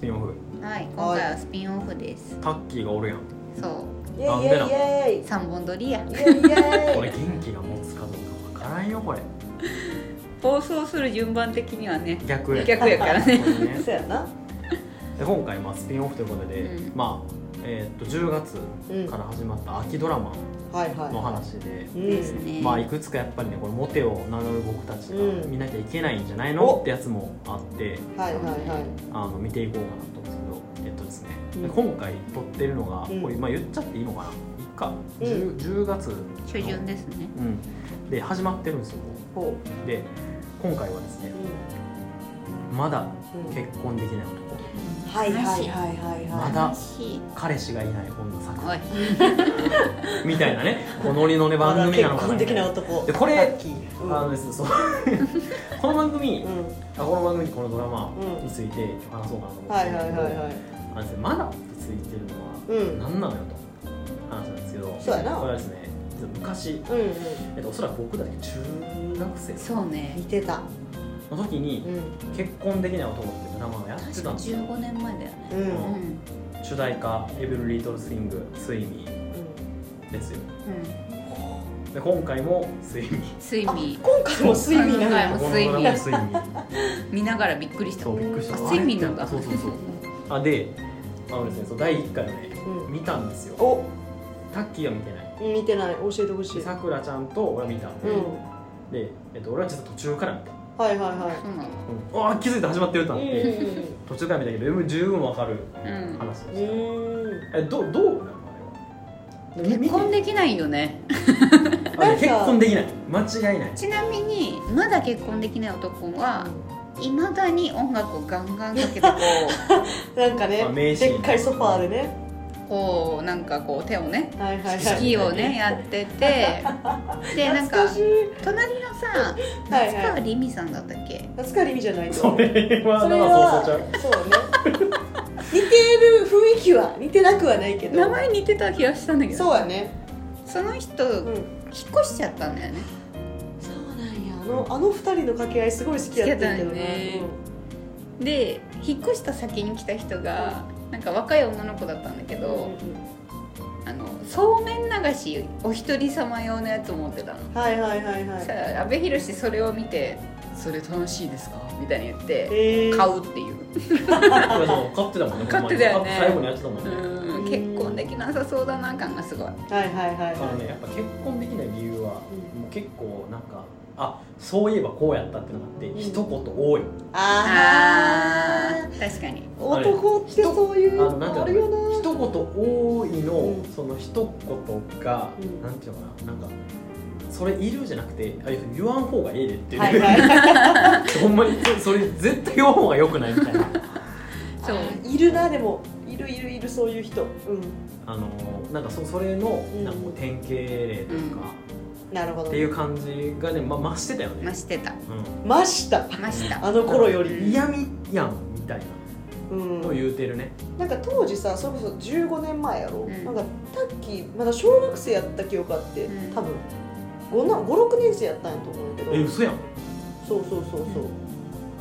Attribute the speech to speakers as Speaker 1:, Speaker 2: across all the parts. Speaker 1: スピンオフ
Speaker 2: はい、今回はスピンオフです。
Speaker 1: タッキーがおるやん
Speaker 2: そ
Speaker 3: イェイイェイイェイ
Speaker 2: う、三本撮りや。
Speaker 3: イェイイ
Speaker 1: こ
Speaker 3: ェ
Speaker 1: れ
Speaker 3: イ
Speaker 1: 元気が持つかどうかわからんよこれ
Speaker 2: 放送する順番的にはね。
Speaker 1: 逆や
Speaker 2: 逆やからね
Speaker 1: これね
Speaker 3: そうやな
Speaker 1: で今回まあスピンオフということで、
Speaker 2: うん
Speaker 1: まあえー、と10月
Speaker 3: うん
Speaker 1: から始まった秋ドラマ
Speaker 3: はいはい
Speaker 1: の話で、
Speaker 3: うん
Speaker 2: ですね。
Speaker 1: まあいくつかやっぱりねこれモテを名乗る僕たちが
Speaker 3: うん
Speaker 1: 見なきゃいけないんじゃないの、ってやつもあって
Speaker 3: はいはいはい
Speaker 1: あの見ていこうかなと思うんですけどえっとですね、で
Speaker 3: うん
Speaker 1: 今回撮ってるのが、
Speaker 3: うん
Speaker 1: これ、まあ、言っちゃっていいのかないっか 10,
Speaker 3: う
Speaker 1: 10月の
Speaker 2: 初旬ですね。
Speaker 1: うん、で始まってるんですよ
Speaker 3: ほ
Speaker 1: で今回はですね
Speaker 3: う、う
Speaker 1: まだ
Speaker 3: んうん、
Speaker 1: 結婚できない男
Speaker 3: はいはいはい
Speaker 2: 悲
Speaker 3: はい
Speaker 1: ま
Speaker 3: は
Speaker 1: だ
Speaker 2: しい。
Speaker 1: 彼氏がいない女作
Speaker 2: おい、
Speaker 1: みたいなねこのノリのね
Speaker 3: いま
Speaker 1: 番
Speaker 3: だ
Speaker 1: 組
Speaker 3: 結
Speaker 1: なのかな
Speaker 3: 婚
Speaker 1: み
Speaker 3: 的
Speaker 1: たい
Speaker 3: な
Speaker 1: な
Speaker 3: 男
Speaker 1: でこれ
Speaker 3: タッキーうん
Speaker 1: あのですそう この番組、
Speaker 3: うん
Speaker 1: あこの番組このドラマ
Speaker 3: うん
Speaker 1: について話そうかなと思っ
Speaker 3: は
Speaker 1: て
Speaker 3: いはいはいはい
Speaker 1: あのですねまだってついてるのは
Speaker 3: うん
Speaker 1: 何なのよと話なんですけど
Speaker 3: そうやな
Speaker 1: これはですね実は昔、
Speaker 3: うんうん
Speaker 1: えっと、おそらく僕だけ中学生
Speaker 2: そうね
Speaker 3: 似。てた
Speaker 1: の時に
Speaker 3: う
Speaker 1: 「
Speaker 3: ん
Speaker 1: 結婚できない男」ってドラマをやって
Speaker 2: 確
Speaker 1: た
Speaker 2: か
Speaker 1: んですよ
Speaker 2: 十五年前だよ
Speaker 3: う
Speaker 2: ね。
Speaker 3: ん
Speaker 2: う
Speaker 3: うん
Speaker 2: ん、うん、
Speaker 1: 主題歌「エブリリトルスイングスイミー」ですよで今回もスイミー
Speaker 2: 睡
Speaker 3: あ
Speaker 2: 眠。
Speaker 3: 今回も睡眠なの
Speaker 2: あ
Speaker 3: や
Speaker 2: スイ
Speaker 1: この
Speaker 2: ミー
Speaker 1: ドラマもスイミー
Speaker 2: 見ながらびっくりした。
Speaker 1: そうびっくりした
Speaker 2: あスイミーなんだ
Speaker 1: そうそうそうあであのですねそう第1回をね
Speaker 3: うん
Speaker 1: 見たんですよ
Speaker 3: お
Speaker 1: タッキーは見てない
Speaker 3: 似てない教えてほし
Speaker 1: で
Speaker 3: い
Speaker 1: さくらちゃんと俺は見たん
Speaker 3: う
Speaker 1: で、
Speaker 3: ん
Speaker 1: で、えっと、俺はちょっと途中から見た、
Speaker 3: はいはいは
Speaker 2: そうなの。
Speaker 1: うん、あ気づいて始まってると
Speaker 3: い
Speaker 1: なって、
Speaker 3: う
Speaker 1: 途中から見たけどでも十分わかる
Speaker 2: うん。
Speaker 1: 話で
Speaker 3: んう
Speaker 1: した、
Speaker 3: ん
Speaker 1: え
Speaker 3: うん
Speaker 1: どどうなのあれは
Speaker 2: 結婚できないよね。
Speaker 1: 見てあ結婚できない間違いない
Speaker 2: ちなみに、まだ結婚できない男は。いまだに音楽をガンガンかけてこ
Speaker 3: なんかね
Speaker 1: まあ、名シーン
Speaker 3: でっかいソファーでね、
Speaker 2: うこうなんかこう手をね
Speaker 3: はいはいはい。
Speaker 1: 好
Speaker 2: ス
Speaker 1: き
Speaker 2: キーをねやっててでなんか
Speaker 3: 懐かしい。
Speaker 2: 隣のさ
Speaker 3: はい
Speaker 2: 夏
Speaker 3: は
Speaker 2: 川
Speaker 3: い。
Speaker 2: りみさんだったっけ
Speaker 3: 懐かりみじゃないと
Speaker 1: そ
Speaker 3: 思う。
Speaker 1: れは
Speaker 3: そ
Speaker 1: だ
Speaker 3: れ
Speaker 1: から
Speaker 3: は
Speaker 1: そうそうちゃう
Speaker 3: そうね。似てる雰囲気は似てなくはないけど。
Speaker 2: 名前似てた気がしたんだけど
Speaker 3: そうやね。
Speaker 2: その人
Speaker 3: う
Speaker 2: 引っ
Speaker 3: ん。
Speaker 2: 越しちゃったんだよね
Speaker 3: そうなんや。あのあの二人の掛け合いすごい好きやったんやけど
Speaker 2: 好き
Speaker 3: な
Speaker 2: やったよねで引っ越した先に来た人がなんか若い女の子だったんだけ
Speaker 3: うんうん
Speaker 2: ど、あのそうめん流しお一人様用のやつ持ってたの、
Speaker 3: うんはいはいはいは
Speaker 2: さ
Speaker 3: い。
Speaker 2: あ阿部寛それを見て「それ楽しいですか?」みたいに言って
Speaker 3: えー
Speaker 2: 買うっていう、
Speaker 1: これそう買ってたもんね
Speaker 2: 買ってたよね
Speaker 1: 最後にやってたもんね、
Speaker 2: うん結婚できなさそうだな感がすごい
Speaker 3: はいはいはい
Speaker 1: あの
Speaker 3: は
Speaker 1: ねやっぱ結婚できない理由は、
Speaker 3: うん
Speaker 1: もう結構なんかあそういえばこうやったっていうのがあって、
Speaker 3: ん
Speaker 1: 一言多い
Speaker 3: い。
Speaker 2: あ
Speaker 3: ああ。
Speaker 2: ー確かに
Speaker 3: 男ってそうい
Speaker 1: あ
Speaker 3: う
Speaker 1: のなん
Speaker 3: のあ
Speaker 1: てい
Speaker 3: る
Speaker 1: う
Speaker 3: よ
Speaker 1: のかな
Speaker 3: な。
Speaker 1: 一言多いの、
Speaker 3: うん
Speaker 1: その一言が、
Speaker 3: うん
Speaker 1: なんていうのかななんかそれいるじゃなくてあ言わん方がええでっていう、
Speaker 3: はいはいは い。
Speaker 1: ほんまにそれ絶対言わん方がよくないみたい な
Speaker 2: そう
Speaker 3: いるなでもいるいるいるそういう人うん
Speaker 1: あのなんかそそれの
Speaker 3: うん
Speaker 1: なんかこう典型例というか、
Speaker 3: なるほど
Speaker 1: っていう感じがね、ま、増してたよね、
Speaker 2: ましてた
Speaker 1: う
Speaker 3: ました
Speaker 2: ました
Speaker 3: あの頃よ
Speaker 1: ん、
Speaker 3: り
Speaker 1: 嫌味やんみたいな
Speaker 3: うん
Speaker 1: のを言うてるね、
Speaker 3: なんか当時さそれこそ15年前やろ、
Speaker 2: うん
Speaker 3: なんかタッキーまだ小学生やった記憶あって、
Speaker 2: うん
Speaker 3: 多分56年生やったんやと思うんやけど
Speaker 1: え嘘やん
Speaker 3: そうそうそうそう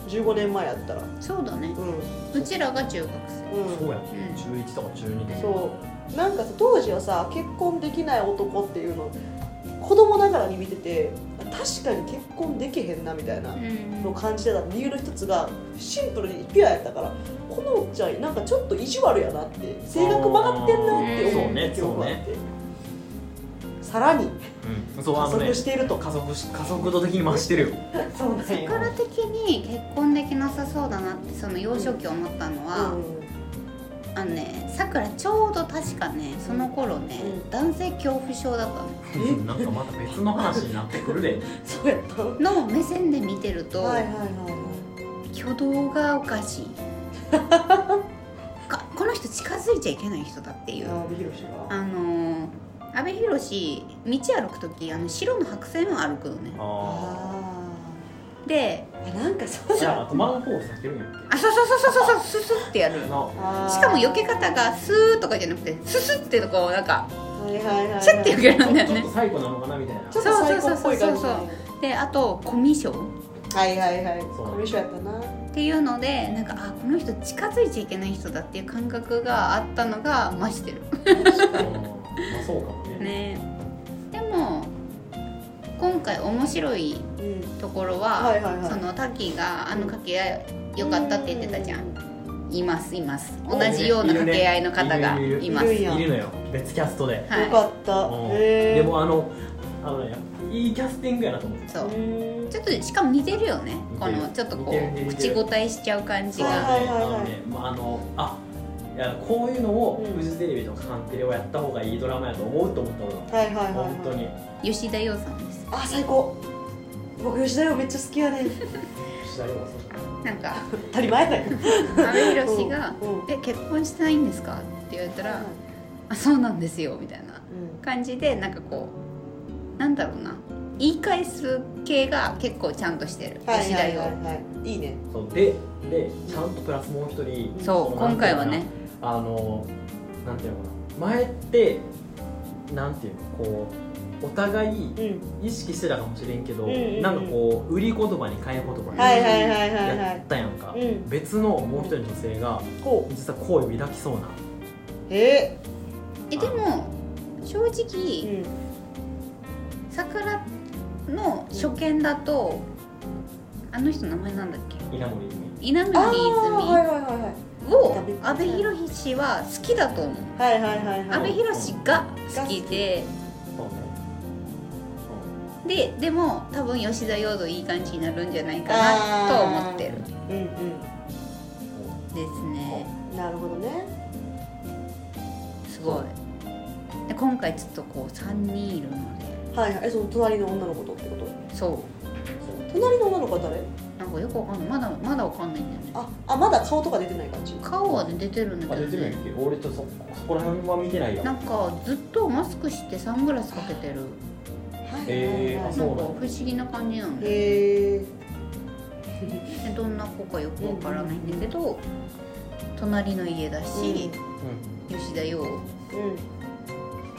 Speaker 3: 15年前やったら
Speaker 2: そうだね
Speaker 3: う
Speaker 2: うちらが中学生
Speaker 3: んうん
Speaker 1: そうやん
Speaker 2: うん
Speaker 1: 中1とか中2で
Speaker 3: そうなんかさ当時はさ結婚できない男っていうの子供ながらに見てて確かに結婚できへんなみたいなの感じてた理由の一つがシンプルにピュアやったからこのおっちゃんなんかちょっと意地悪やなって性格曲がってんなって思
Speaker 2: あーそう
Speaker 3: う
Speaker 1: ね
Speaker 3: 記憶があって、さらに
Speaker 1: うん、そうあ
Speaker 3: 加
Speaker 1: のね
Speaker 3: 速している と
Speaker 1: 加速し加速度的に増してるよ
Speaker 3: そうなん
Speaker 2: だから的に結婚できなさそうだなってその幼少期思ったのは、あのねさくらちょうど確かねその頃ね、
Speaker 3: う
Speaker 2: 男性恐怖症だったの
Speaker 1: なんかまた別の話になってくるで
Speaker 3: そうやったは
Speaker 2: の目線で見てる
Speaker 3: い
Speaker 2: と、
Speaker 3: はいはい
Speaker 2: 挙動がおかしい かこの人近づいちゃいけない人だっていう、
Speaker 3: はい阿部寛が
Speaker 2: あのー阿部寛道歩く時あの白の白線を歩くのね
Speaker 1: あ
Speaker 3: あ
Speaker 2: で
Speaker 3: ーあなんかそう
Speaker 1: じ
Speaker 3: だ
Speaker 1: ゃああとマンホール避けるんやっ
Speaker 2: あそうそうそうそうそうそうススってやる
Speaker 1: けな
Speaker 3: あー
Speaker 2: しかも避け方がスーとかじゃなくてススってこうなんか
Speaker 3: はいはいはい
Speaker 2: シャッて避け
Speaker 1: ち
Speaker 2: るんだ
Speaker 1: ょち
Speaker 2: よ
Speaker 1: ょっ
Speaker 2: ね
Speaker 1: と最後なのかなみたいな
Speaker 3: ちょっと最高っぽい感じ
Speaker 2: そうそうそうそうであとコミショ
Speaker 3: はいはいはい
Speaker 1: そう
Speaker 3: コミュ障やったな
Speaker 2: っていうのでなんかあこの人近づいちゃいけない人だっていう感覚があったのが増してる
Speaker 1: あーまあそうかもね
Speaker 2: ねでも今回面白い
Speaker 3: うん
Speaker 2: ところは,、
Speaker 3: はいはいはい
Speaker 2: そのタキがあの掛け合いよかったって言ってたじゃんいますいます同
Speaker 1: お
Speaker 2: じような掛け合いの方が
Speaker 1: いるね
Speaker 2: います
Speaker 3: いるい
Speaker 1: いるのよ別キャストで、
Speaker 2: は
Speaker 3: よか
Speaker 2: い
Speaker 3: った
Speaker 1: うん
Speaker 3: へえ
Speaker 1: でもあのあのねいいキャスティングやなと思って
Speaker 2: そう
Speaker 3: うん
Speaker 2: ちょっとしかも似てるよね
Speaker 1: 似て
Speaker 2: こ
Speaker 1: る
Speaker 2: のちょっと
Speaker 1: 似
Speaker 2: こ
Speaker 1: てる似て
Speaker 2: う
Speaker 1: る
Speaker 2: 口答えしちゃう感じ
Speaker 1: そう
Speaker 2: が
Speaker 3: はいはいはい
Speaker 1: あのねまああのあいやこういうのを
Speaker 3: うん
Speaker 1: フジテレビとかカンテレをやった方がいいドラマやと思うと思った俺は
Speaker 3: はいはいはいはい
Speaker 1: 本当に
Speaker 2: 吉田羊さんです
Speaker 3: あ最高僕吉田羊めっちゃ好きやね ん
Speaker 1: 吉田羊はそうじゃない
Speaker 2: なん か
Speaker 3: 当たり前だよ
Speaker 2: 阿部寛が
Speaker 3: うん
Speaker 2: 「え結婚してないんですか?」って言われたら「あそうなんですよ」みたいな
Speaker 3: うん
Speaker 2: 感じでなんかこうなんだろうな言い返す系が結構ちゃんとしてる
Speaker 3: はい
Speaker 2: 吉
Speaker 3: は
Speaker 2: 田
Speaker 3: い
Speaker 2: 羊
Speaker 3: はいはいいいね
Speaker 1: そうででちゃんとプラスもう一人
Speaker 2: そう
Speaker 1: なんて
Speaker 2: 今
Speaker 1: い
Speaker 2: 回
Speaker 1: うの
Speaker 2: は
Speaker 1: かな
Speaker 2: ね
Speaker 1: あのなんていうのかな前ってなんていうのこうお互い
Speaker 3: うん
Speaker 1: 意識してたかもしれんけど、
Speaker 3: うんうんうん
Speaker 1: なんかこう売り言葉に買い言葉に
Speaker 3: はいはいはいはいは
Speaker 1: や
Speaker 3: い
Speaker 1: ったやんか、
Speaker 3: うん
Speaker 1: 別のもう一人の女性が
Speaker 3: こ
Speaker 1: 実は好意を抱きそうな
Speaker 3: うえ
Speaker 2: えでも正直、
Speaker 3: ー
Speaker 2: 桜の初見だと、あの人名前なんだっけ
Speaker 1: 稲森泉
Speaker 2: 稲
Speaker 3: ああ
Speaker 2: 村
Speaker 3: ーはい
Speaker 2: 泉
Speaker 3: はいはいはい
Speaker 2: を
Speaker 3: はい
Speaker 2: 阿部寛氏は好きだと思う
Speaker 3: はいはいはい
Speaker 2: 阿
Speaker 3: は
Speaker 2: 部
Speaker 3: い
Speaker 2: 寛が好きで
Speaker 1: そうね
Speaker 2: ででも多分吉田洋といい感じになるんじゃないかなと思ってる
Speaker 3: うん
Speaker 2: ですね
Speaker 3: うんなるほどね
Speaker 2: すごいで今回ちょっとこう3人いるので
Speaker 3: はいはいえその隣の女の子とってこと
Speaker 2: そ
Speaker 3: 隣の女の子は誰
Speaker 2: うなんかよくわかんないまだまだわかんないんだよね
Speaker 3: ああまだ顔とか出てない感じ
Speaker 2: 顔はね出てるんだ
Speaker 1: あ
Speaker 2: け
Speaker 1: 出て
Speaker 2: ど
Speaker 1: るんや
Speaker 2: ね
Speaker 1: っけ俺ちょっとそそこら辺は見てないや
Speaker 2: なんんかずっとマスクしてサングラスかけてる
Speaker 1: えーあ
Speaker 2: な
Speaker 1: そ
Speaker 2: ん
Speaker 1: う
Speaker 2: か
Speaker 1: な
Speaker 2: 不
Speaker 1: の
Speaker 2: 思議な感じなので
Speaker 3: へえ
Speaker 2: どんな子かよくわからないんだけど隣の家だし、吉田羊
Speaker 3: うん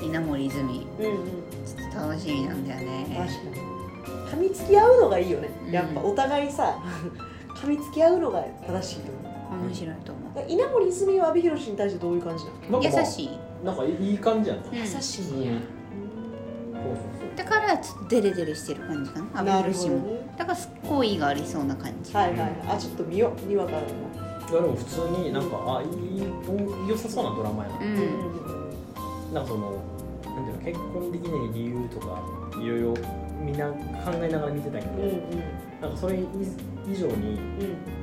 Speaker 2: 稲森泉
Speaker 3: うんうん
Speaker 2: ちょっと楽しみなんだよね
Speaker 3: 確かに噛みつき合うのがいいよね、
Speaker 2: うん
Speaker 3: やっぱお互いさ噛みつき合うのが正しいと思う
Speaker 2: 面白いと思
Speaker 3: だから稲森泉は阿部寛に対してどういう感じなの、
Speaker 1: なんか
Speaker 2: う
Speaker 1: まあ
Speaker 2: 優しい、
Speaker 1: なんかいい感じやな、
Speaker 2: うん、
Speaker 3: 優しい
Speaker 1: うん
Speaker 3: ね、
Speaker 1: そうそうそう
Speaker 2: だからちょっとデレデレしてる感じかな阿部
Speaker 3: なるほ
Speaker 2: 寛
Speaker 3: ど
Speaker 2: も
Speaker 3: ね
Speaker 2: だからすっごい意がありそうな感じ、
Speaker 3: はいはいはいあちょっと見ようにわかるない
Speaker 1: やでも普通になんかあいい良さそうなドラマやな
Speaker 2: う
Speaker 3: うん
Speaker 2: ん
Speaker 1: なんかそのなんていうの結婚できない理由とかいろいろみんな考えながら見てたけど、
Speaker 3: うんうん
Speaker 1: なんかそれ以以上に
Speaker 3: うん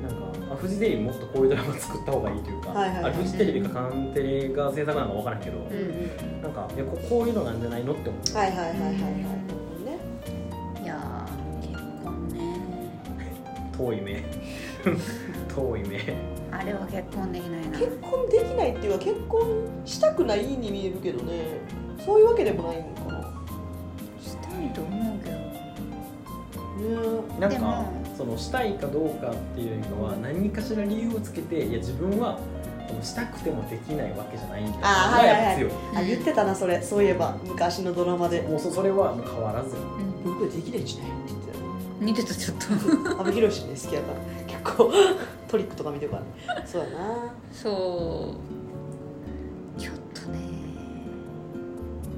Speaker 1: なんかあフジテレビもっとこういうドラマ作った方がいいというか、
Speaker 3: はいはいは
Speaker 1: あ
Speaker 3: い
Speaker 1: れフジテレビかカンテレが制作なのか分からんけど、
Speaker 3: うんうん
Speaker 1: なんかいやここういうのなんじゃないのって思
Speaker 3: はいはいはいはいはいなる
Speaker 2: いやー結婚ね
Speaker 1: う遠い目 遠い目
Speaker 2: あれは結婚できないな
Speaker 3: ほどね結婚できないっていうか結婚したくないに見えるけどねそういうわけでもないのかな
Speaker 2: したいと思うけど
Speaker 3: ね
Speaker 1: なん
Speaker 2: で
Speaker 1: か
Speaker 2: も
Speaker 1: そのしたいかどうかっていうよりかは何かしら理由をつけていや自分はそのしたくてもできないわけじゃないんだよ
Speaker 3: あー
Speaker 1: それ
Speaker 3: はいはいはい
Speaker 1: 強い
Speaker 3: あ言ってたなそれそういえば昔のドラマで
Speaker 1: もうそそれはもう変わらず
Speaker 2: うん
Speaker 3: 僕はできないんじゃないって言ってたよ
Speaker 2: 似てたちょ っと
Speaker 3: 阿部寛ね好きやから結構トリックとか見てるから、ね、そうやな
Speaker 2: そうちょっとね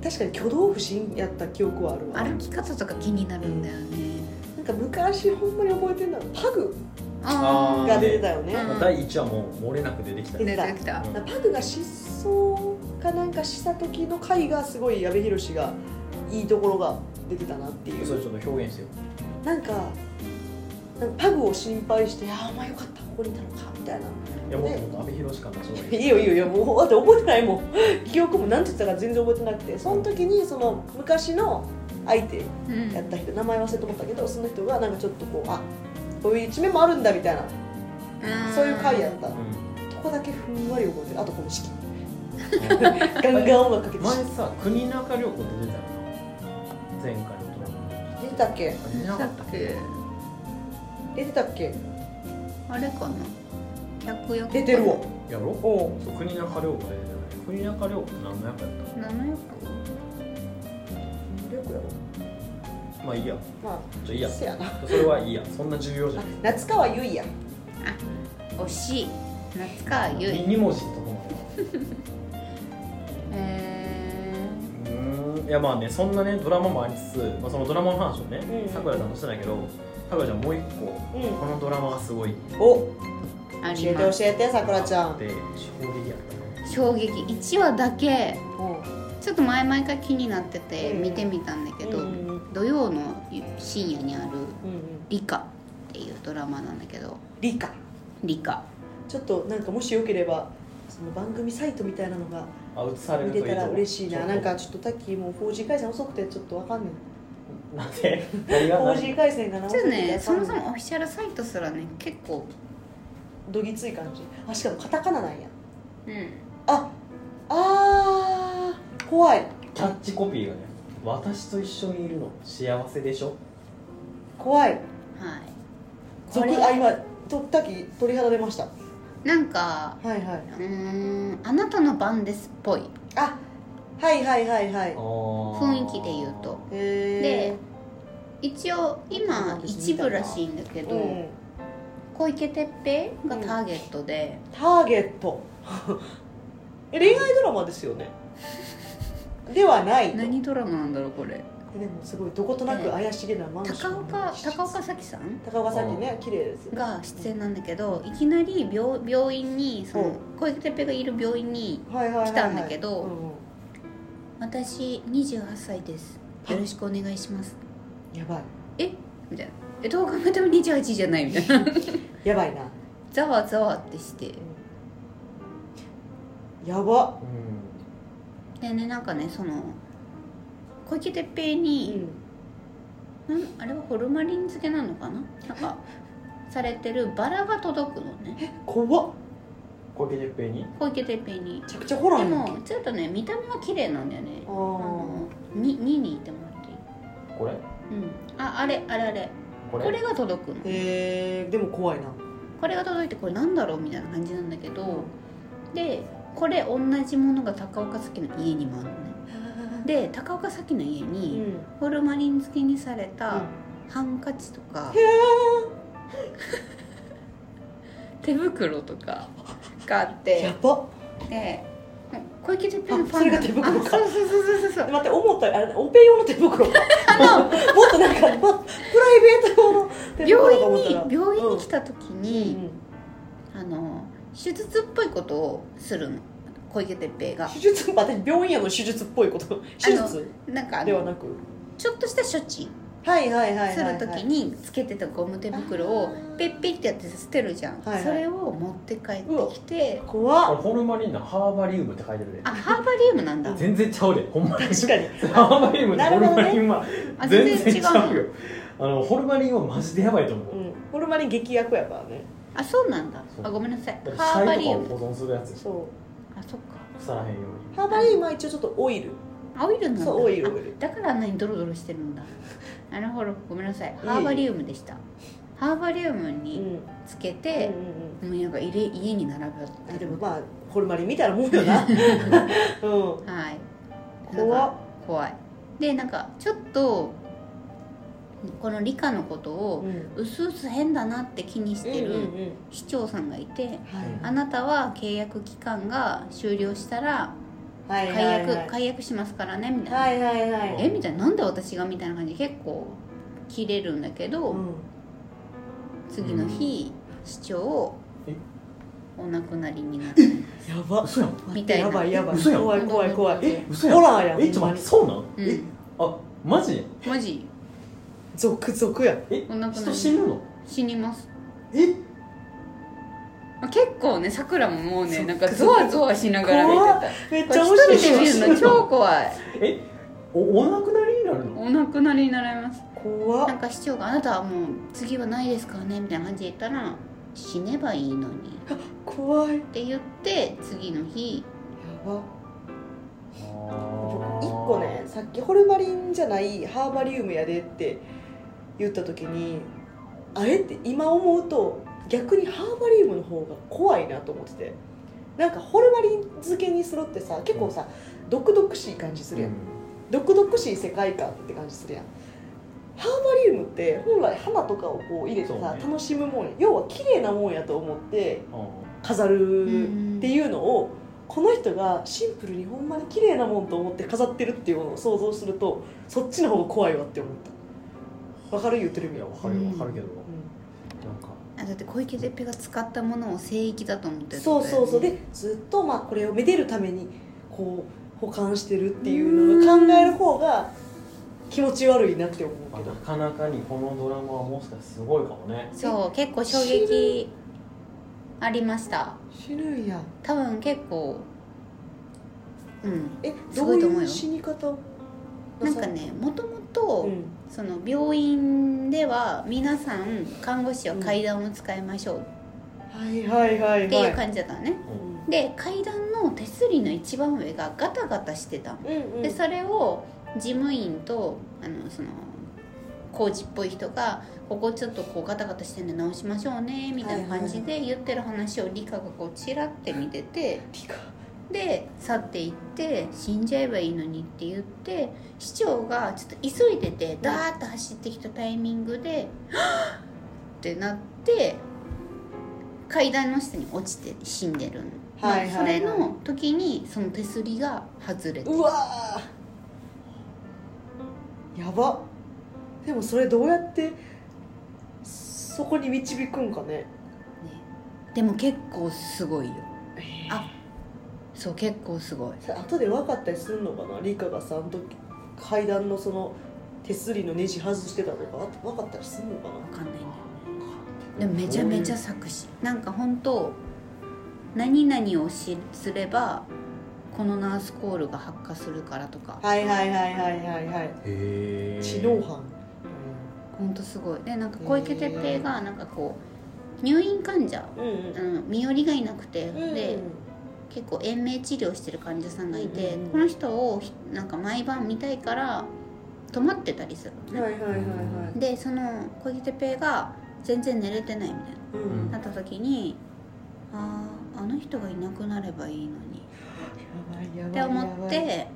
Speaker 3: 確かに挙動不審やった記憶はあるわ
Speaker 2: 歩き方とか気になるんだよね
Speaker 3: なんか昔ほんまに覚えてるのはパグ
Speaker 1: あー
Speaker 3: が出てたよね、
Speaker 2: うん
Speaker 1: まあ第1話も漏れなく出てきた
Speaker 3: 出
Speaker 1: ね
Speaker 2: 出
Speaker 3: てた
Speaker 2: てきた
Speaker 3: なんかパグが失踪かなんかした時の回がすごい阿部寛がいいところが出てたなってい
Speaker 1: それ
Speaker 3: う
Speaker 1: ちょっと表現してよ
Speaker 3: なんかなんかパグを心配して「ああまあよかったここにいたのか」みたいな「
Speaker 1: いやもっともっと阿部寛感出し
Speaker 3: いいよいいよいやもうだって覚えてないもん記憶も何て言ってたか全然覚えてなくてその時にその昔の相手
Speaker 2: うん
Speaker 3: やった人名前忘れてもったけどその人がなんかちょっとこうあこういう一面もあるんだみたいなそういう回やったと
Speaker 1: う
Speaker 3: こだけふんわり覚えてるあとこ の式
Speaker 1: ん
Speaker 3: ガンガン音楽かけて
Speaker 1: 前さ国中涼子出てたよな前回のドラマ
Speaker 3: 出てたっけ
Speaker 1: あ出てなか
Speaker 2: だっ
Speaker 1: ったっけ
Speaker 2: け
Speaker 3: 出てたっけ
Speaker 2: あれかな客役
Speaker 3: 出てるわ
Speaker 1: やろそう国中涼子出てたよね国中涼子って何の役やっ
Speaker 2: 7役
Speaker 3: よくやろ
Speaker 1: たまあいいや
Speaker 3: ま
Speaker 1: じゃあいい
Speaker 3: あ
Speaker 1: や
Speaker 3: せやな
Speaker 1: それはいいやそんな重要じゃ
Speaker 3: あ
Speaker 1: ない
Speaker 3: 夏川ゆいや
Speaker 2: 惜しい夏川優
Speaker 1: に
Speaker 2: 衣
Speaker 1: 二文字のとこまでは
Speaker 2: え
Speaker 1: うーんいやまあねそんなねドラマもありつつ、まあ、そのドラマの話をね
Speaker 3: うん
Speaker 1: さくらちゃんとしてないけどさくらちゃんもう一個このドラマがすごい
Speaker 3: お
Speaker 2: ー、あ
Speaker 3: 教
Speaker 2: り
Speaker 3: えて
Speaker 2: ま
Speaker 3: 教
Speaker 2: す
Speaker 3: えてさくらちゃん、
Speaker 1: で衝撃やった
Speaker 2: 衝撃1話だけ
Speaker 3: うん
Speaker 2: ちょっと前々から気になってて
Speaker 3: うん
Speaker 2: 見てみたんだけど、
Speaker 3: うんうんうん
Speaker 2: 土曜の深夜にある
Speaker 3: うん
Speaker 2: 「理科」っていうドラマなんだけど
Speaker 3: 理科
Speaker 2: 理科
Speaker 3: ちょっとなんかもしよければその番組サイトみたいなのが
Speaker 1: あ映される
Speaker 3: 見
Speaker 1: とい
Speaker 3: れ
Speaker 1: いと
Speaker 3: たら嬉しい
Speaker 1: ちょ
Speaker 3: な
Speaker 1: っと
Speaker 3: なんかちょっとタッキーも 4G 回線遅くてちょっとわかんね
Speaker 1: なんで何
Speaker 3: え
Speaker 1: が何
Speaker 3: 4G 回線がな
Speaker 2: ちょっとねそも
Speaker 3: 遅
Speaker 2: そ
Speaker 3: くてわかんね
Speaker 2: もオフィシャルサイトすらね結構
Speaker 3: えどぎつい感じあしかもカタカナなんや
Speaker 2: うん
Speaker 3: ああー怖い
Speaker 1: キャッチコピーがね「私と一緒にいるの幸せでしょ
Speaker 3: 怖い
Speaker 2: はいこ
Speaker 3: 続
Speaker 2: れ
Speaker 3: あ今とタッキー鳥肌出ましたは
Speaker 2: なんか
Speaker 3: いはいう
Speaker 2: ーんあなたの番ですっぽい
Speaker 3: あはいはいはいは」い
Speaker 1: 雰
Speaker 2: 雰囲気で言うと
Speaker 3: へ
Speaker 2: で一応今一部らしいんだけ
Speaker 3: え
Speaker 2: ど、
Speaker 3: うん
Speaker 2: 小池徹平がターゲットで、
Speaker 3: ターゲットえ恋愛ドラマですよねではないと
Speaker 2: 何ドラマなんだろうこれ
Speaker 3: でもすごいどことなく怪しげなマンショ
Speaker 2: 高
Speaker 3: ン
Speaker 2: 岡高岡早紀さん
Speaker 3: 高岡さんにね綺麗ですよね
Speaker 2: が出演なんだけどいきなり病病院にその小池徹平がいる病院に
Speaker 3: はいはいはいはい
Speaker 2: 来たんだけど
Speaker 3: うんうん
Speaker 2: 「私28歳ですよろしくお願いします
Speaker 3: やばい」
Speaker 2: みたいな「えどう考えても28じゃない」みた いな
Speaker 3: やばいな
Speaker 2: ざわざわってして
Speaker 3: やば
Speaker 1: うん
Speaker 2: でねなんかねその小池徹平
Speaker 3: う
Speaker 2: に、
Speaker 3: ん
Speaker 2: なんあれはホルマリン漬けなのかななんかされてるバラが届くのね
Speaker 3: 怖っ
Speaker 1: 小池徹平に
Speaker 2: 小池徹平に
Speaker 3: めちゃくちゃホラ
Speaker 2: で
Speaker 3: ーやん
Speaker 2: もちょっとね見た目は綺麗なんだよね
Speaker 3: あ
Speaker 2: あのに2にいてもらっていい
Speaker 1: これ
Speaker 2: うんああれあれあれ
Speaker 1: これ
Speaker 2: これが届くの
Speaker 3: ーへえでも怖いな
Speaker 2: これが届いてこれなんだろうみたいな感じなんだけどでこれ同じものが高岡早紀の家にもあるのねで高岡早紀の家
Speaker 3: うん
Speaker 2: に
Speaker 3: うん
Speaker 2: ホルマリン漬けにされたハンカチとか
Speaker 3: へ
Speaker 2: 手袋とかがあっ
Speaker 3: え
Speaker 2: て
Speaker 3: やばっ
Speaker 2: で小池徹平のファン
Speaker 3: あそれが手袋か
Speaker 2: あそうそうそうそうそう
Speaker 3: 待って思ったよりあれオペ用の手袋かもっとなんかまプライベート用の手
Speaker 2: 病
Speaker 3: 袋
Speaker 2: 院
Speaker 3: か思っ
Speaker 2: に
Speaker 3: たら
Speaker 2: 病院に来た時
Speaker 3: うん
Speaker 2: に、あの手術っぽいことをするの小池徹平が
Speaker 3: 手術私病院やの手術っぽいこと手術
Speaker 2: なんかあ
Speaker 3: では
Speaker 2: の
Speaker 3: なく
Speaker 2: ちょっとした処置
Speaker 3: はいはいはいはいはい
Speaker 2: する時につけてたゴム手袋をペッペッってやって捨てるじゃん、
Speaker 3: はいはい
Speaker 2: それを持って帰ってきて
Speaker 1: こ
Speaker 3: 怖
Speaker 1: れ
Speaker 3: っ
Speaker 1: ホルマリンのハーバリウムって書いてるで
Speaker 2: あハーバリウムなんだ
Speaker 1: 全然ちゃうでほんまに
Speaker 3: 確かに
Speaker 1: ハーバリウムと
Speaker 3: な
Speaker 1: ホ
Speaker 3: る
Speaker 1: ル
Speaker 3: ほど
Speaker 1: マ
Speaker 3: ね
Speaker 1: リンは
Speaker 2: あ
Speaker 1: 全
Speaker 2: 全然
Speaker 1: 然
Speaker 2: 違
Speaker 1: 違
Speaker 2: う
Speaker 1: うよあのホルマリンはマジでやばいと思う、
Speaker 3: うんホルマリン劇薬やからね
Speaker 2: あそうなんだ
Speaker 1: そう
Speaker 2: あごめんなさい
Speaker 1: だって
Speaker 2: ハーバ
Speaker 1: 死体
Speaker 2: リ
Speaker 1: と
Speaker 2: ウ
Speaker 1: か
Speaker 2: ム
Speaker 1: を保存するやつ
Speaker 3: そ
Speaker 2: あそっか
Speaker 1: 腐らへんよう
Speaker 3: う
Speaker 1: に
Speaker 3: ハーバリンは一応ちょっとオイル
Speaker 2: あオイルなんだ
Speaker 3: そうオイルオイル
Speaker 2: あだからあんなにドロドロしてるんだなるほどごめんなさいハーバリウムでしたハーバリウム
Speaker 3: うん
Speaker 2: に
Speaker 3: うん
Speaker 2: つけ
Speaker 3: うん
Speaker 2: て、もうなんか入れ家に並
Speaker 3: う
Speaker 2: べ
Speaker 3: ん
Speaker 2: て
Speaker 3: で
Speaker 2: る
Speaker 3: もまあホルマリンみたいなもんよ なうん
Speaker 2: はい
Speaker 3: 怖っ
Speaker 2: 怖いでなんかちょっとこの理科のこと
Speaker 3: う
Speaker 2: を
Speaker 3: ん
Speaker 2: うすうす変だなって気にして
Speaker 3: うん
Speaker 2: る
Speaker 3: うんうん
Speaker 2: 市長さんがいて
Speaker 3: はい
Speaker 2: あなたは契約期間が終了したら
Speaker 3: はい
Speaker 2: 解
Speaker 3: はい
Speaker 2: 約
Speaker 3: はい
Speaker 2: 解約しますからねみたいな
Speaker 3: はいはいはい
Speaker 2: えみたいななんで私がみたいな感じで結構切れるんだけど、
Speaker 3: うん
Speaker 2: 次の日、市長を
Speaker 1: え
Speaker 2: お亡くなりになって
Speaker 3: やば
Speaker 1: 嘘やん
Speaker 2: みたいな
Speaker 3: やばいやばい
Speaker 1: 嘘やん
Speaker 3: 怖い怖い怖い
Speaker 2: え
Speaker 1: 嘘やん
Speaker 3: ホラーやん
Speaker 1: えちょっと
Speaker 3: ほんま
Speaker 1: 待っ
Speaker 3: に
Speaker 1: てそうなん、
Speaker 2: うん
Speaker 1: えあマジ
Speaker 2: マジ
Speaker 3: 続々や
Speaker 1: え
Speaker 2: お亡くなり
Speaker 1: 人死ぬの
Speaker 2: 死にます
Speaker 1: え
Speaker 2: まあ結構ねさくらももうね
Speaker 3: そっか
Speaker 2: なんかゾワゾワしながら見
Speaker 3: 怖
Speaker 2: て
Speaker 3: めっち
Speaker 2: た
Speaker 3: ゃ
Speaker 2: こ
Speaker 3: 面
Speaker 2: れ
Speaker 3: 白
Speaker 2: 一人で見
Speaker 3: い
Speaker 2: るの超怖い
Speaker 1: えおお亡くなりになるの
Speaker 2: お亡くなりになられます
Speaker 3: 怖
Speaker 2: な
Speaker 3: っ
Speaker 2: んか市長が「あなたはもう次はないですからね」みたいな感じで言ったら「死ねばいいのに」っ
Speaker 3: 怖いや
Speaker 2: て言って次の日
Speaker 3: ば僕
Speaker 1: 僕
Speaker 3: 一個ねさっきホルマリンじゃないハーバリウムやでって言った時にあれって今思うと逆にハーバリウムの方が怖いなと思っててなんかホルマリン漬けにするってさ結構さ毒々しい感じするやん毒々しい世界観って感じするやんハーバリリウムって本来花とかをこう入れて
Speaker 1: そう
Speaker 3: さ、
Speaker 1: ね
Speaker 3: 楽しむもんや要は綺麗なもんやと思って飾るっていうのをこの人がシンプルにほんまに綺麗なもんと思って飾ってるっていうものを想像するとそっちの方が怖いわって思ったわかる言ってる意
Speaker 1: い
Speaker 3: 味
Speaker 1: や
Speaker 3: は、
Speaker 1: わかるよわかるけど、なんか
Speaker 2: あだって小池徹平が使ったものを聖域だと思ってる
Speaker 3: そうそうそう
Speaker 2: で
Speaker 3: でずっとまあこれをめでるためにこう保管してるっていうのを考える方が気持ち悪いなって思う
Speaker 1: まあ
Speaker 3: けど
Speaker 1: なかなかにこのドラマはもしかしてすごいかもね
Speaker 2: そう結構衝撃ありました
Speaker 3: 死ぬんや
Speaker 2: 多分結構うん
Speaker 3: え
Speaker 2: す
Speaker 3: どう
Speaker 2: ごい
Speaker 3: い
Speaker 2: と思うよ
Speaker 3: う死に方を
Speaker 2: な
Speaker 3: さ
Speaker 2: んかねもともと、
Speaker 3: うん
Speaker 2: その病院では皆さん看護師は階段を使いましょう
Speaker 3: はいはいはいはい
Speaker 2: っていう感じだったのね、
Speaker 3: うん
Speaker 2: で階段の手すりの一番上がガタガタしてたの
Speaker 3: うんうん
Speaker 2: でそれを事務員とあのその工事っぽい人が「ここちょっとこうガタガタしてんで直しましょうね」みたいな感じで言ってる話を理香がこうチラって見てて
Speaker 3: ピカ
Speaker 2: で去っていって「死んじゃえばいいのに」って言って市長がちょっと急いでてダーッと走ってきたタイミングで 「はぁってなって階段の下に落ちて死んでるの、
Speaker 3: はいはいはい
Speaker 2: それの時にその手すりが外れて
Speaker 3: うわーやばでもそれどうやってそこに導くんかね
Speaker 2: ねでも結構すごいよあそう結構すごい
Speaker 3: それ後で分かったりするのかな理香がさあの時階段のその手すりのネジ外してたとかあと分かったりするのか
Speaker 2: わかんないんだよねでもめちゃめちゃ作詞なんか本当何々をしすればこのナースコールが発火するからとか
Speaker 3: なはいはいはいはいはいはい
Speaker 1: へえ
Speaker 3: 知能犯
Speaker 2: 本当すごいでなんか小池徹平がなんかこう入院患者
Speaker 3: うんうん
Speaker 2: あの身寄りがいなくて、
Speaker 3: うん
Speaker 2: で結構延命治療してる患者さんがいて、
Speaker 3: うんうんうん
Speaker 2: この人をひなんか毎晩見たいから泊まってたりするのね、
Speaker 3: はいはいはいは
Speaker 2: でその小池徹平が全然寝れてないみたい
Speaker 3: いうん
Speaker 2: ななった時にあああの人がいなくなればいいのに
Speaker 3: やばいや
Speaker 2: って
Speaker 3: ばい
Speaker 2: 思っ
Speaker 3: やばい
Speaker 2: て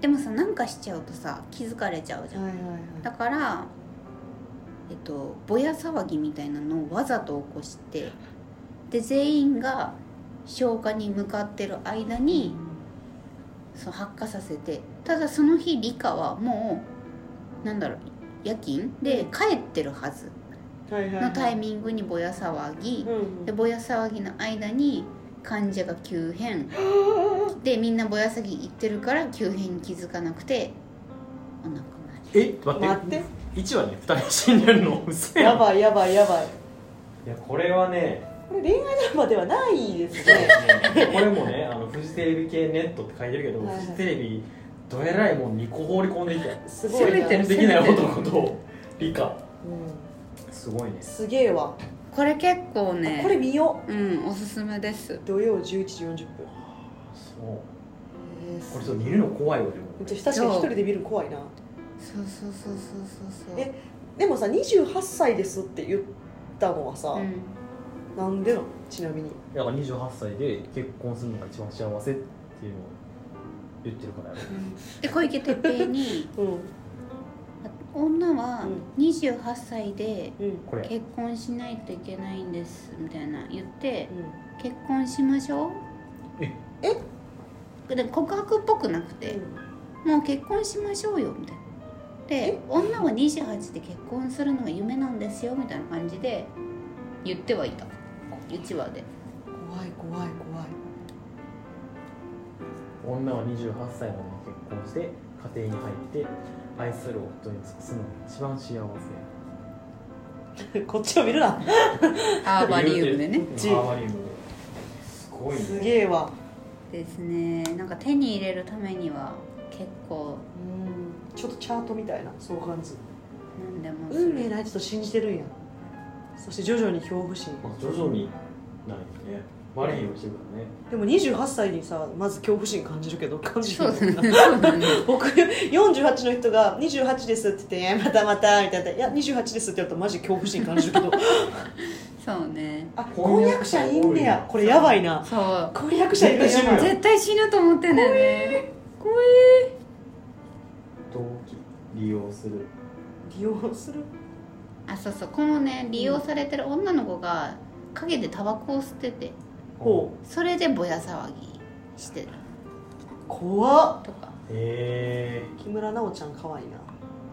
Speaker 2: でもさなんかしちゃうとさ気づかれちゃうじゃん
Speaker 3: はいはいはい
Speaker 2: だからえっとぼや騒ぎみたいなのをわざと起こしてで全員が消化に向かってる間にそう発火させてただその日理科はもうなんだろう夜勤で帰ってるはず
Speaker 3: はいはいはい
Speaker 2: のタイミングにぼや騒ぎ
Speaker 3: うんうん
Speaker 2: でぼや騒ぎの間に患者が急変
Speaker 3: は
Speaker 2: でみんなぼや騒ぎ行ってるから急変に気づかなくてお亡くなり
Speaker 1: え
Speaker 3: あ
Speaker 1: 待って
Speaker 3: 待って
Speaker 1: 1話ね2人死んでるの嘘や
Speaker 3: や
Speaker 1: ん
Speaker 3: ばいやばいやばい
Speaker 1: いやこれはね
Speaker 3: これ恋愛ドラマではないですね
Speaker 1: これもねあのフジテレビ系ネットって書いてるけど、
Speaker 3: はいはい
Speaker 1: フジテレビどえらいもん2個放り込んでいたよ
Speaker 3: すごい
Speaker 1: せめ
Speaker 3: な
Speaker 1: てできない男と理科
Speaker 3: うん
Speaker 1: すごいね
Speaker 3: すげえわ
Speaker 2: これ結構ね
Speaker 3: あこれ見よ
Speaker 2: うんおすすめです
Speaker 3: う土曜11時40分
Speaker 1: そう
Speaker 3: えー
Speaker 1: これちょっと見るの怖いわでも
Speaker 3: ちょ確かに一人で見るの怖いな
Speaker 2: そうそうそうそうそうそう
Speaker 3: えでもさ28歳ですって言ったのはさ、
Speaker 2: うん
Speaker 3: なんでなのちなみに
Speaker 1: だから28歳で結婚するのが一番幸せっていうのを言ってるからやろ
Speaker 2: で小池徹平に
Speaker 3: うん
Speaker 2: 女は
Speaker 3: うん
Speaker 2: 28歳で
Speaker 3: うん
Speaker 1: これ
Speaker 2: 結婚しないといけないんですみたいな言って
Speaker 3: うん
Speaker 2: 結婚しましょう
Speaker 1: え
Speaker 2: で告白っぽくなくて、もう結婚しましょうよみたいなで
Speaker 3: え
Speaker 2: 女は28で結婚するのが夢なんですよみたいな感じで言ってはいたうちわで
Speaker 3: 怖い怖い怖い
Speaker 1: 女は28歳までに結婚して家庭に入って愛する夫に尽くすのが一番幸せ
Speaker 3: こっちを見るな
Speaker 2: アーバリウムでね
Speaker 1: アーバリウムですごい
Speaker 3: す
Speaker 1: ね
Speaker 3: げえわ
Speaker 2: ですねなんか手に入れるためには結構
Speaker 3: うんちょっとチャートみたいなそう感じ
Speaker 2: 何でもする
Speaker 3: 運命ないと信じてるんやそして徐々に恐怖心
Speaker 1: まあ徐々にないねマリーをしてるからね
Speaker 3: でも28歳にさまず恐怖心感じるけど感じる
Speaker 2: そうで
Speaker 3: よ
Speaker 2: すねそうだね
Speaker 3: 僕48の人が「28です」って言っていや「またまた」みたいな「いや28です」って言うとマジ恐怖心感じるけど
Speaker 2: そうね
Speaker 3: あ婚約者いんねやこれやばいな
Speaker 2: そう
Speaker 3: 婚約者いるやばい
Speaker 2: 絶対死ぬと思ってんだよね
Speaker 1: 動機利用する
Speaker 3: 利用する
Speaker 2: あそうそうこのね利用されてる女の子が陰でタバコを吸ってて
Speaker 3: ほう
Speaker 2: それでぼや騒ぎしてる
Speaker 3: 怖っ
Speaker 2: とか
Speaker 1: え
Speaker 3: 木村奈緒ちゃん可愛いな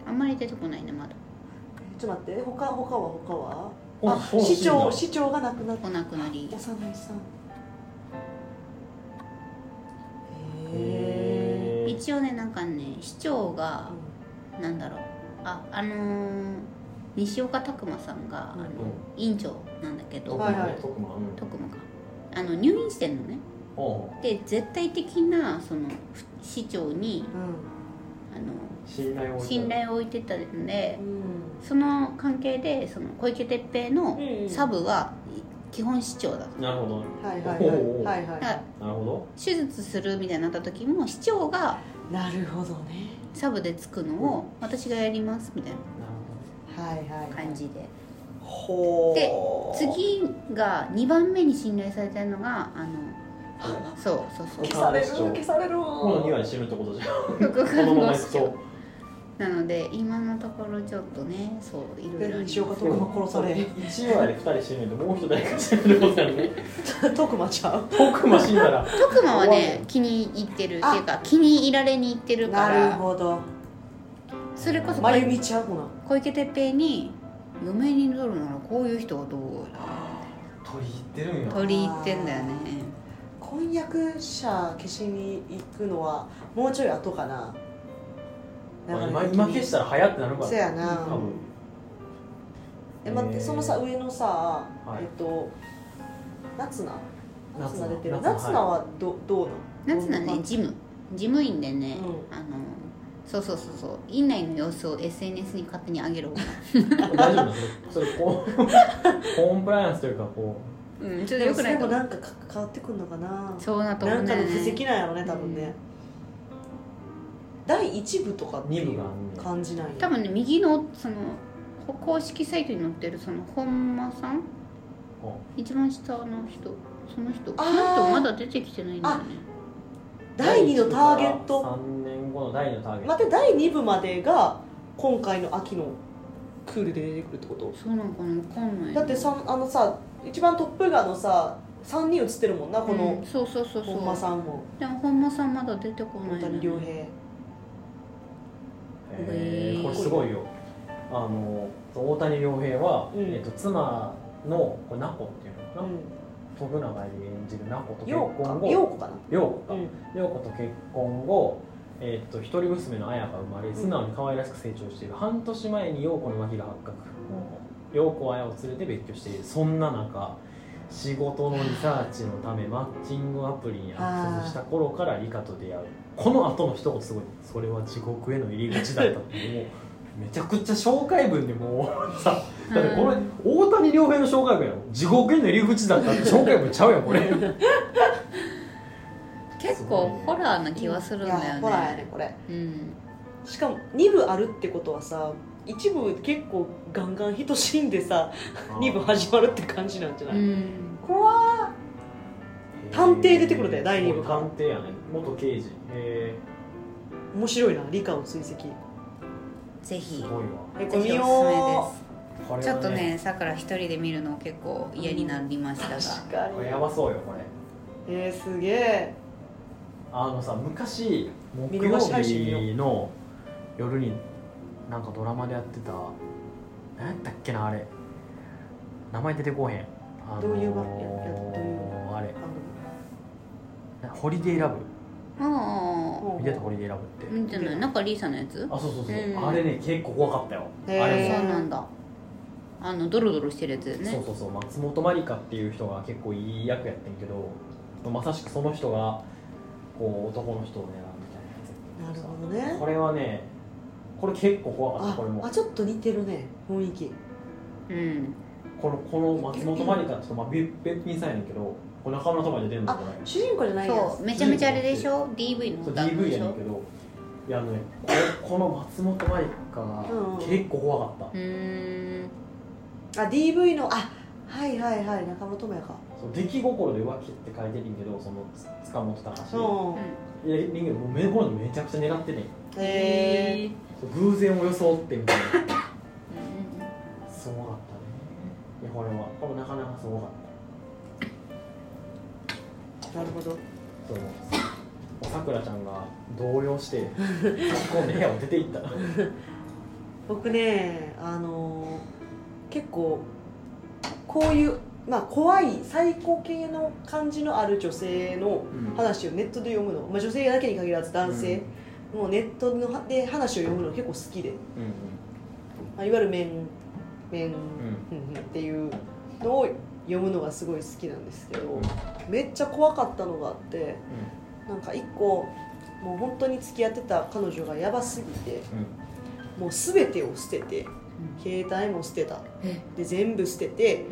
Speaker 2: あんまり出てこないねまだ
Speaker 3: えちょっと待って他他は他は
Speaker 1: ー、
Speaker 3: あ
Speaker 1: そう
Speaker 3: 市長
Speaker 1: そう
Speaker 3: 市長が亡くなった
Speaker 2: お亡くなり
Speaker 3: 幼いさん
Speaker 1: なんだ
Speaker 3: へ
Speaker 1: へ
Speaker 3: え
Speaker 1: ー
Speaker 2: 一応ねなんかね市長がなんだろうああのー西岡拓磨さんが、あの
Speaker 3: うん
Speaker 2: 委員長なんだけど、
Speaker 3: はいはい
Speaker 1: 徳馬うん
Speaker 2: 特務かあの入院してんのね
Speaker 1: おう
Speaker 2: で絶対的なそのふ市長に
Speaker 3: う
Speaker 2: あの
Speaker 1: 信頼を置いて
Speaker 2: 信頼を置いてたんで
Speaker 3: ん
Speaker 2: その関係でその小池徹平の
Speaker 3: うん
Speaker 2: サブは基本市長だと
Speaker 1: なるほど
Speaker 3: はいはい
Speaker 1: おうおう
Speaker 3: はいはい
Speaker 2: だ
Speaker 3: は
Speaker 2: か
Speaker 3: い
Speaker 2: ら
Speaker 1: なるほど
Speaker 2: 手術するみたいになった時も市長が
Speaker 3: なるほどね
Speaker 2: サブでつくのを私がやりますみたい
Speaker 1: なるほど
Speaker 3: はいはい
Speaker 2: な感じで
Speaker 3: ほう
Speaker 2: 次が2番目に信頼されてるのがあのそうそうそう
Speaker 3: 消される消される
Speaker 1: 今度2割死ぬってことじ ゃん
Speaker 2: 副
Speaker 1: この
Speaker 2: 看
Speaker 1: まま
Speaker 2: 護
Speaker 1: いく
Speaker 2: 師
Speaker 1: と
Speaker 2: 長なので今のところちょっとねそういろいろあり
Speaker 3: で西
Speaker 2: ま
Speaker 3: 岡
Speaker 2: す
Speaker 3: 徳馬殺され
Speaker 1: 1話で2人死ぬんでもう1人誰か死ぬってことだよね
Speaker 3: 徳馬ちゃう
Speaker 1: 徳馬死んだら
Speaker 2: 徳馬は
Speaker 1: 怖い
Speaker 2: ね
Speaker 1: よ
Speaker 2: 気に入ってるって
Speaker 3: あ
Speaker 2: いうか気に入られに行ってるか
Speaker 3: なる
Speaker 2: ら
Speaker 3: ほど
Speaker 2: それこそ
Speaker 3: まゆみちゃうもな
Speaker 2: 小池徹平に嫁に取るならこういう人がどう
Speaker 1: 鳥行ってるんや
Speaker 2: 取り入ってんだよね
Speaker 3: 婚約者消しに行くのはもうちょい後かな
Speaker 1: 今今消したら早ってなるから
Speaker 3: そうやな
Speaker 1: 多分
Speaker 3: え待って
Speaker 1: えー
Speaker 3: そのさ上のさ、
Speaker 1: はい
Speaker 3: えっと夏菜夏
Speaker 1: 夏菜
Speaker 3: 菜出てる
Speaker 1: 夏菜
Speaker 3: 夏菜 はどどうなの
Speaker 2: 夏菜ね
Speaker 3: ど
Speaker 2: ジム事務員でね、
Speaker 3: う
Speaker 2: あのそうそうそうそう院内の様子を SNS に勝手に上げろ、
Speaker 1: 大丈夫なのそれこ うコンプライアンスというかこ
Speaker 2: うん、ちょっと
Speaker 3: んな
Speaker 2: よくない
Speaker 3: で
Speaker 2: と
Speaker 3: も
Speaker 2: 思
Speaker 3: な
Speaker 2: うん
Speaker 3: かか変わってくるのかな
Speaker 2: そうなと思
Speaker 3: な
Speaker 2: うんん
Speaker 3: か
Speaker 2: だよ
Speaker 3: の
Speaker 2: ね
Speaker 3: 布石なんやろね多分ね、第一部とかっ
Speaker 1: う
Speaker 3: て
Speaker 1: 2
Speaker 3: い
Speaker 1: 部
Speaker 3: う
Speaker 1: があんねん
Speaker 3: 感じなんや
Speaker 2: 多分ね右のそのほ公式サイトに載ってるその本間さん
Speaker 1: あ
Speaker 2: 一番下の人その人
Speaker 3: あ
Speaker 2: こ
Speaker 3: ー
Speaker 2: の人まだ出てきてないんだよね
Speaker 3: 第二のターゲット
Speaker 1: 3年後の第二のターゲット
Speaker 3: 待って第2部までが今回の秋のクールで出てくるってこと
Speaker 2: そうなんかなわかんない
Speaker 3: だってさあのさ一番トップガンのさ3人映ってるもんなこ
Speaker 2: う
Speaker 3: の
Speaker 2: んそうそうそうそう
Speaker 3: 本間さんも
Speaker 2: でも本間さんまだ出てこな
Speaker 3: 本
Speaker 2: いよ
Speaker 3: 谷
Speaker 2: ね
Speaker 3: 亮平
Speaker 1: え
Speaker 2: へ
Speaker 1: ー
Speaker 2: ー
Speaker 1: これすごいよあの大谷亮平は、
Speaker 3: うん
Speaker 1: えっと妻のこれナコっていうのかな、
Speaker 3: う
Speaker 1: 徳永で演じるナコと
Speaker 3: ん
Speaker 1: 結
Speaker 3: 陽子
Speaker 1: 婚
Speaker 3: か
Speaker 1: 後
Speaker 3: 陽子か
Speaker 1: 陽子か
Speaker 3: なうん
Speaker 1: 陽子と結婚後、えっと一人娘の綾が生まれ素直に可愛らしく成長している半年前に陽子の脇が発覚陽子は綾を連れて別居しているそんな中仕事のリサーチのためマッチングアプリにアクセスした頃から理香と出会うこの後の一言すごいそれは地獄への入り口だったってもうめちゃくちゃ紹介文でもうさだってこれ
Speaker 2: うん
Speaker 1: 大谷亮平の紹介文やろ地獄への入り口だったって紹介文ちゃうやんこれ
Speaker 2: 結構ホラーな気はするんだよね
Speaker 3: いやホラーやねこれ
Speaker 2: うん
Speaker 3: しかも2部あるってことはさ1部結構ガンガン人死んでさ2部 始まるって感じなんじゃない、
Speaker 2: うん
Speaker 3: 怖っ探偵出てくるで
Speaker 1: へー
Speaker 3: 第二部
Speaker 1: 探偵やね元刑事へ
Speaker 3: 面白いな理科を追跡
Speaker 2: ぜ
Speaker 1: えす
Speaker 2: ひ
Speaker 1: ごいわ
Speaker 3: えこ
Speaker 2: ぜ
Speaker 3: れ見
Speaker 2: ひお
Speaker 3: よ
Speaker 2: すす
Speaker 1: これは
Speaker 2: めですちょっとねさくら一人で見るの結構嫌になりま
Speaker 3: う
Speaker 2: したが、
Speaker 3: 確か
Speaker 1: こ
Speaker 3: に
Speaker 1: れやばそうよこれ
Speaker 3: えー、すげえ
Speaker 1: あのさ昔木
Speaker 3: 見
Speaker 1: 曜
Speaker 3: 逃し配信見よう
Speaker 1: 日の夜になんかドラマでやってた何やったっけなあれ名前出てこうへんあのー
Speaker 3: どういう番ややどういう
Speaker 1: あれ
Speaker 3: 番組
Speaker 1: ホリデーラブ
Speaker 2: あ
Speaker 1: 見てたホリデーラブって
Speaker 2: あ見てないなんかリーさんのやつ
Speaker 1: あそうそうそう、
Speaker 2: うん
Speaker 1: あれね結構怖かったよあ
Speaker 3: へー
Speaker 1: れ
Speaker 2: そう
Speaker 1: も
Speaker 2: なんだあのドロドロしてるやつだよね
Speaker 1: そうそうそう松本まりかっていう人が結構いい役やってんけどまさしくその人がこう男の人を狙うみたいなやつ
Speaker 3: な
Speaker 1: やけど
Speaker 3: る
Speaker 1: さ
Speaker 3: ほどね
Speaker 1: これはねこれ結構怖かった
Speaker 3: あ
Speaker 1: これも
Speaker 3: あちょっと似てるね雰囲気
Speaker 2: うん
Speaker 1: このこの松本まりかって人、まあ、べべっぴんさんやねんけどこれ中村とかで出るの
Speaker 3: あ
Speaker 1: これ
Speaker 3: 主人公じゃないや
Speaker 2: そう
Speaker 3: つ
Speaker 2: めちゃめちゃあれでしょ DV の
Speaker 1: そう
Speaker 2: 歌で
Speaker 1: DV
Speaker 2: し
Speaker 1: やねん
Speaker 2: ょ
Speaker 1: けどいやあのねここの松本まりか
Speaker 3: うんうん
Speaker 1: が結構怖かった、
Speaker 2: うーん
Speaker 3: あ DV のあはいはいはい中村智也か
Speaker 1: そう出来心で浮気って書いてるんけどそのつ塚本隆
Speaker 3: う
Speaker 1: 史
Speaker 3: ん
Speaker 1: いや人間もう目の頃にめちゃくちゃ狙ってねん
Speaker 3: へえ
Speaker 1: そう偶然を装ってみたいなすごかったねいやこれはこれなかなかすごかっ
Speaker 3: なるほ
Speaker 1: た
Speaker 3: ど
Speaker 1: そうおさくらちゃんが動揺して突っ込んで部屋を出ていった
Speaker 3: 僕ねあのー結構こういうまあ怖い最高系の感じのある女性の話をネットで読むの、まあ、女性だけに限らず男性、もうネットので話を読むの結構好きで、
Speaker 1: うんうん
Speaker 3: まあ、いわゆる面面、うんうんっていうのを読むのがすごい好きなんですけど、
Speaker 1: うん
Speaker 3: めっちゃ怖かったのがあってなんか一個もう本当に付き合ってた彼女がやばすぎて
Speaker 1: う
Speaker 3: もう全てを捨てて携帯も捨てた
Speaker 2: え
Speaker 3: で全部捨てて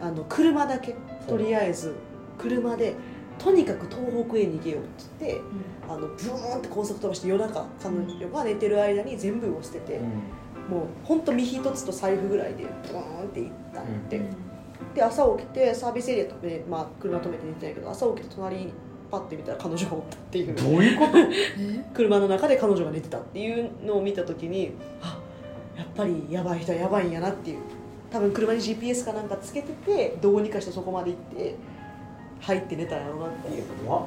Speaker 3: あの車だけとりあえず車でとにかく東北へ逃げようって言ってあのブーンって高速飛ばして夜中彼女が寝てる間に全部を捨てて
Speaker 1: んうんうん
Speaker 3: もうほんと身一つと財布ぐらいでブーンって行ったって、
Speaker 1: うん
Speaker 3: で朝起きてサービスエリア止め、まあ、車止めて寝てたんやけど朝起きて隣にパッて見たら彼女がおったっていう
Speaker 1: どういうこと
Speaker 3: 車の中で彼女が寝てたっていうのを見た時にあやっぱりやばい人はやばいんやなっていう多分車に GPS かなんかつけててどうにかしてそこまで行って入って寝たんやろうなっていう
Speaker 1: わ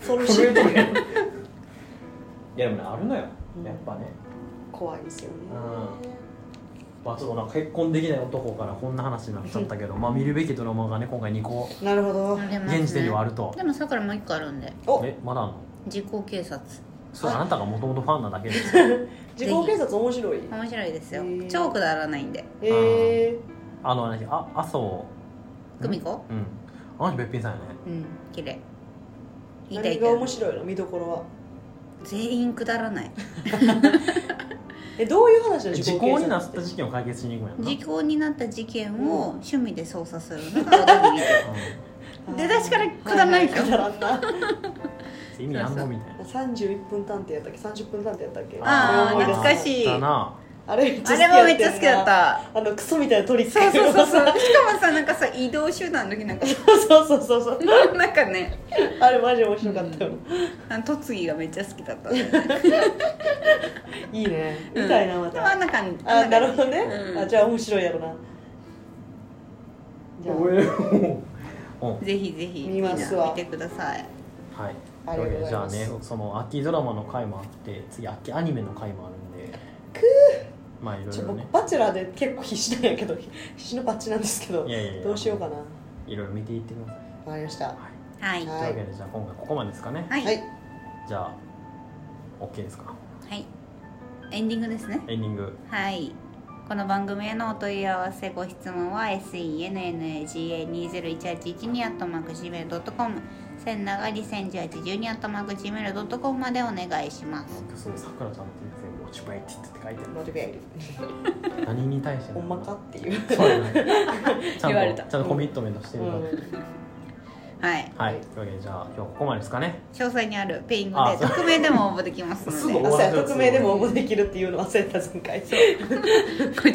Speaker 3: 恐ろし
Speaker 1: 震
Speaker 3: い
Speaker 1: えてるやんいやでもねあるのよ
Speaker 3: うん
Speaker 1: やっぱね
Speaker 3: 怖いですよね
Speaker 1: まあちょっとなんか結婚できない男からこんな話になっちゃったけどまあ見るべきドラマがね今回2個
Speaker 3: なるほど
Speaker 2: ありますね
Speaker 1: 現時点ではあると
Speaker 2: でもさくらもう一個あるんで
Speaker 3: お
Speaker 1: えまだあんの
Speaker 2: 時効警察
Speaker 1: そう
Speaker 3: あ
Speaker 1: あなたがもともとファンなだけですよ
Speaker 3: 自己警察面白い
Speaker 2: 面白いですよ
Speaker 3: へー
Speaker 2: 超くだらないんで
Speaker 3: えー、
Speaker 1: あの私あ麻生
Speaker 2: 久美子
Speaker 1: うんあの人べっぴんさんやね
Speaker 2: うん綺麗いた
Speaker 3: 何
Speaker 2: い
Speaker 3: が
Speaker 2: た
Speaker 3: 面白いの見どころは
Speaker 2: 全員くだらない
Speaker 3: えどういう話の自
Speaker 1: 時
Speaker 3: 己
Speaker 1: 効
Speaker 3: 警
Speaker 1: にな
Speaker 3: 察
Speaker 1: って
Speaker 3: っ
Speaker 1: た事件を解決しに行くんやんな
Speaker 2: 時効になった事件を趣味で捜査するのが小田 切で
Speaker 3: うん
Speaker 2: 出だしからくだらないでしょ
Speaker 3: ははくだらんな
Speaker 1: うん意味あんのみたいな
Speaker 3: 31分探偵やったっけ30分探偵やったっけ
Speaker 2: あー
Speaker 3: れを思い出す
Speaker 2: 懐かしい
Speaker 1: だな
Speaker 3: あれめっちゃ
Speaker 2: あ
Speaker 3: 好きや
Speaker 2: れもめ
Speaker 3: った
Speaker 2: っちゃ好きだっ
Speaker 3: よな
Speaker 2: た
Speaker 3: あのクソみたいなトリック
Speaker 2: そうそうそうそうしかもさなんかさ移動手段の時なんか
Speaker 3: そうそうそうそう
Speaker 2: なんかね
Speaker 3: あれマジ面白かったよ、
Speaker 2: あの栃木がめっちゃ好きだった
Speaker 3: いいね
Speaker 2: うん
Speaker 3: みたいなまた、
Speaker 2: あんな感じ
Speaker 3: あなるほどね、
Speaker 2: うん
Speaker 3: あじゃあ面白いやろなじゃ
Speaker 1: おえもううん
Speaker 2: ぜひぜひ
Speaker 3: 見ますわ
Speaker 2: みんな見てください
Speaker 1: はい
Speaker 3: ありがとう
Speaker 1: とうわけで
Speaker 3: ございます
Speaker 1: じゃあねその秋ドラマの回もあって次秋アニメの回もあるんで
Speaker 3: く
Speaker 1: まあい
Speaker 3: あ
Speaker 1: ろい
Speaker 3: ちょ
Speaker 1: ろ
Speaker 3: 僕
Speaker 1: ね
Speaker 3: バチェラーで結構必死なんやけど必死のバッチなんですけど
Speaker 1: いやいやいや
Speaker 3: どうしようかな
Speaker 1: いろいろ見ていってください
Speaker 3: わかりましたは
Speaker 2: はい
Speaker 1: と
Speaker 2: は
Speaker 1: いうわけでじゃあ今回ここまでですかね
Speaker 2: い
Speaker 3: い、
Speaker 2: はい、
Speaker 1: じゃあ OK ですか
Speaker 2: エンディングですね
Speaker 1: エンディング
Speaker 2: はいこの番組へのお問い合わせご質問は sennagaga201812-gmail.com 千長り101812-gmail.com までお願いします
Speaker 1: 今日すごいさくらちゃんの先生モチベイティッドって書いて
Speaker 3: モチベー
Speaker 1: ある何に対して
Speaker 3: ほ
Speaker 1: なん
Speaker 3: まかっていう、
Speaker 1: そうやねちゃ
Speaker 2: 言われ
Speaker 1: んと
Speaker 2: た
Speaker 1: ちゃんとコミットメントして
Speaker 3: う
Speaker 1: るから、
Speaker 3: ん、
Speaker 2: はい
Speaker 1: はいというわけでじゃあ今日はここまでですかね
Speaker 2: 詳細にあるペイング
Speaker 1: あ
Speaker 2: で匿名でも応募できます
Speaker 1: す
Speaker 2: の
Speaker 1: ぐ終
Speaker 2: で
Speaker 3: 朝
Speaker 1: わ
Speaker 3: や
Speaker 1: る
Speaker 3: 匿名でも応募できるっていうの忘れた前回
Speaker 2: こ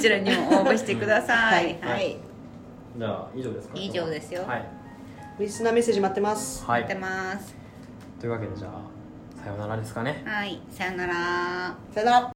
Speaker 2: ちらにも応募してください
Speaker 1: はい
Speaker 2: は
Speaker 1: はいいじゃあ以上ですか
Speaker 2: 以上ですよ
Speaker 1: はい、
Speaker 3: リスナーメッセージ待ってます
Speaker 1: は
Speaker 2: やって
Speaker 1: い、
Speaker 2: ます
Speaker 1: というわけでじゃあさようならですかね
Speaker 2: はいさよなら
Speaker 3: さよなら